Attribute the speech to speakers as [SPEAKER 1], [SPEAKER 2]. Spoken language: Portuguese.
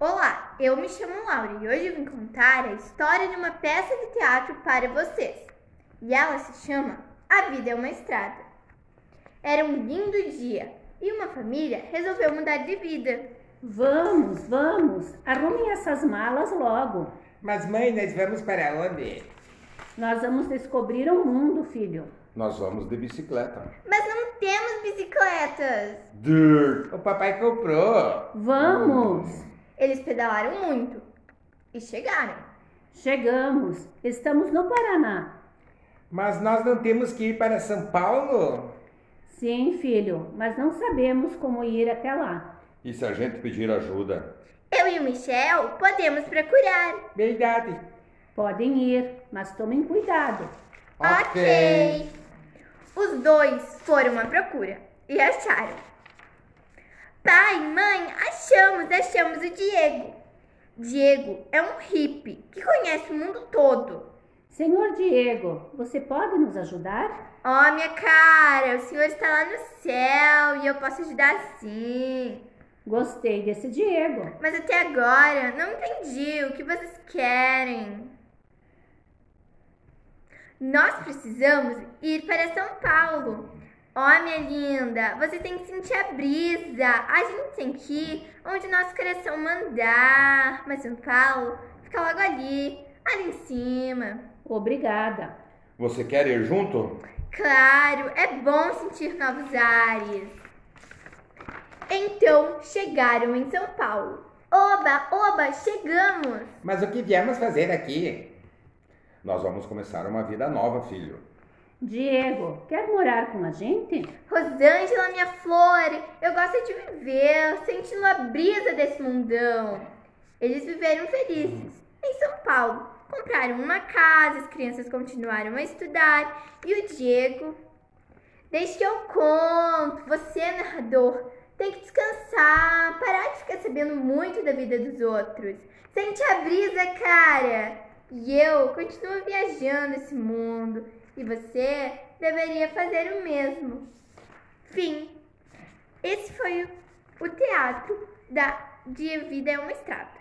[SPEAKER 1] Olá, eu me chamo Laura e hoje vim contar a história de uma peça de teatro para vocês. E ela se chama A Vida é uma Estrada. Era um lindo dia e uma família resolveu mudar de vida.
[SPEAKER 2] Vamos, vamos, arrumem essas malas logo.
[SPEAKER 3] Mas, mãe, nós vamos para onde?
[SPEAKER 2] Nós vamos descobrir o mundo, filho.
[SPEAKER 4] Nós vamos de bicicleta.
[SPEAKER 1] Mas não temos bicicletas!
[SPEAKER 4] Dirt.
[SPEAKER 3] O papai comprou.
[SPEAKER 2] Vamos!
[SPEAKER 1] Eles pedalaram muito e chegaram.
[SPEAKER 2] Chegamos, estamos no Paraná.
[SPEAKER 3] Mas nós não temos que ir para São Paulo?
[SPEAKER 2] Sim, filho, mas não sabemos como ir até lá.
[SPEAKER 4] E se a gente pedir ajuda?
[SPEAKER 1] Eu e o Michel podemos procurar.
[SPEAKER 3] Verdade.
[SPEAKER 2] Podem ir, mas tomem cuidado.
[SPEAKER 1] Ok. Os dois foram à procura e acharam. Pai, mãe, achamos, achamos o Diego. Diego é um hippie que conhece o mundo todo.
[SPEAKER 2] Senhor Diego, você pode nos ajudar?
[SPEAKER 1] Ó, minha cara, o senhor está lá no céu e eu posso ajudar sim.
[SPEAKER 2] Gostei desse Diego.
[SPEAKER 1] Mas até agora não entendi o que vocês querem. Nós precisamos ir para São Paulo. Ó, minha linda, você tem que sentir a brisa. A gente tem que ir onde nosso coração mandar. Mas São Paulo fica logo ali, ali em cima.
[SPEAKER 2] Obrigada.
[SPEAKER 4] Você quer ir junto?
[SPEAKER 1] Claro, é bom sentir novos ares. Então chegaram em São Paulo. Oba, oba, chegamos!
[SPEAKER 3] Mas o que viemos fazer aqui?
[SPEAKER 4] Nós vamos começar uma vida nova, filho.
[SPEAKER 2] Diego, quer morar com a gente?
[SPEAKER 1] Rosângela, minha flor, eu gosto de viver, sentindo a brisa desse mundão. Eles viveram felizes em São Paulo, compraram uma casa, as crianças continuaram a estudar e o Diego. Deixa que eu conto, você, é narrador, tem que descansar, parar de ficar sabendo muito da vida dos outros. Sente a brisa, cara! E eu continuo viajando esse mundo e você deveria fazer o mesmo. Fim. Esse foi o- o teatro da De Vida é uma Estrada.